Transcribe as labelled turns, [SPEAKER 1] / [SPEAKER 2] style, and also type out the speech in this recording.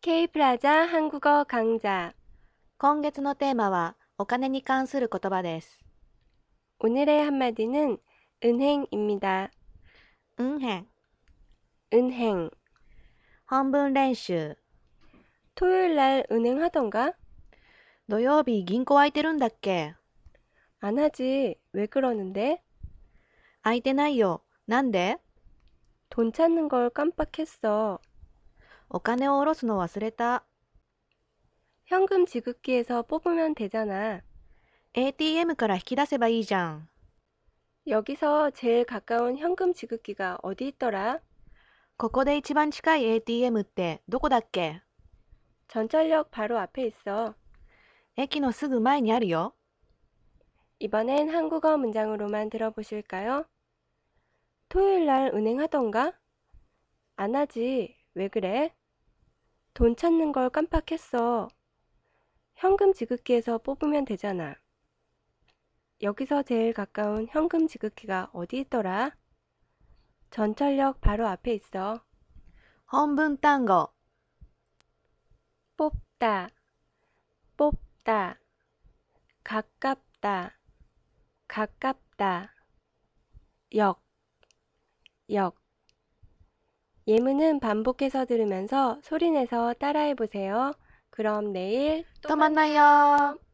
[SPEAKER 1] K플라자 한국어 강좌
[SPEAKER 2] 今月のテーマはお金に関する言葉です。
[SPEAKER 1] 오늘의 한마디는 은행입니다.
[SPEAKER 2] うんへん。
[SPEAKER 1] 은행
[SPEAKER 2] 本文練習。
[SPEAKER 1] 토요일 날 은행 하던가?
[SPEAKER 2] 土曜日銀行空いてるんだっけ
[SPEAKER 1] 안 하지. 왜 그러는데?
[SPEAKER 2] 空いてないよ。なんで
[SPEAKER 1] 돈 찾는 걸 깜빡했어.
[SPEAKER 2] お金を下ろすの忘れた。
[SPEAKER 1] 현금 지급기에서 뽑으면 되잖아.
[SPEAKER 2] ATM から引き出せばいいじゃん。
[SPEAKER 1] 여기서 제일 가까운 현금 지급기가 어디 있더라?
[SPEAKER 2] ここで一番近い ATM ってどこだっけ
[SPEAKER 1] 전철역 바로 앞에 있어.
[SPEAKER 2] 駅のすぐ前にあるよ。
[SPEAKER 1] 이번엔 한국어 문장으로만 들어보실까요? 토요일 날 은행 하던가? 안 하지. 왜 그래? 돈 찾는 걸 깜빡했어. 현금 지급기에서 뽑으면 되잖아. 여기서 제일 가까운 현금 지급기가 어디 있더라? 전철역 바로 앞에 있어.
[SPEAKER 2] 本文単語。
[SPEAKER 1] 뽑다, 뽑다, 가깝다, 가깝다, 역, 역. 예문은 반복해서 들으면서 소리내서 따라해보세요. 그럼 내일 또
[SPEAKER 2] 止まんないよー。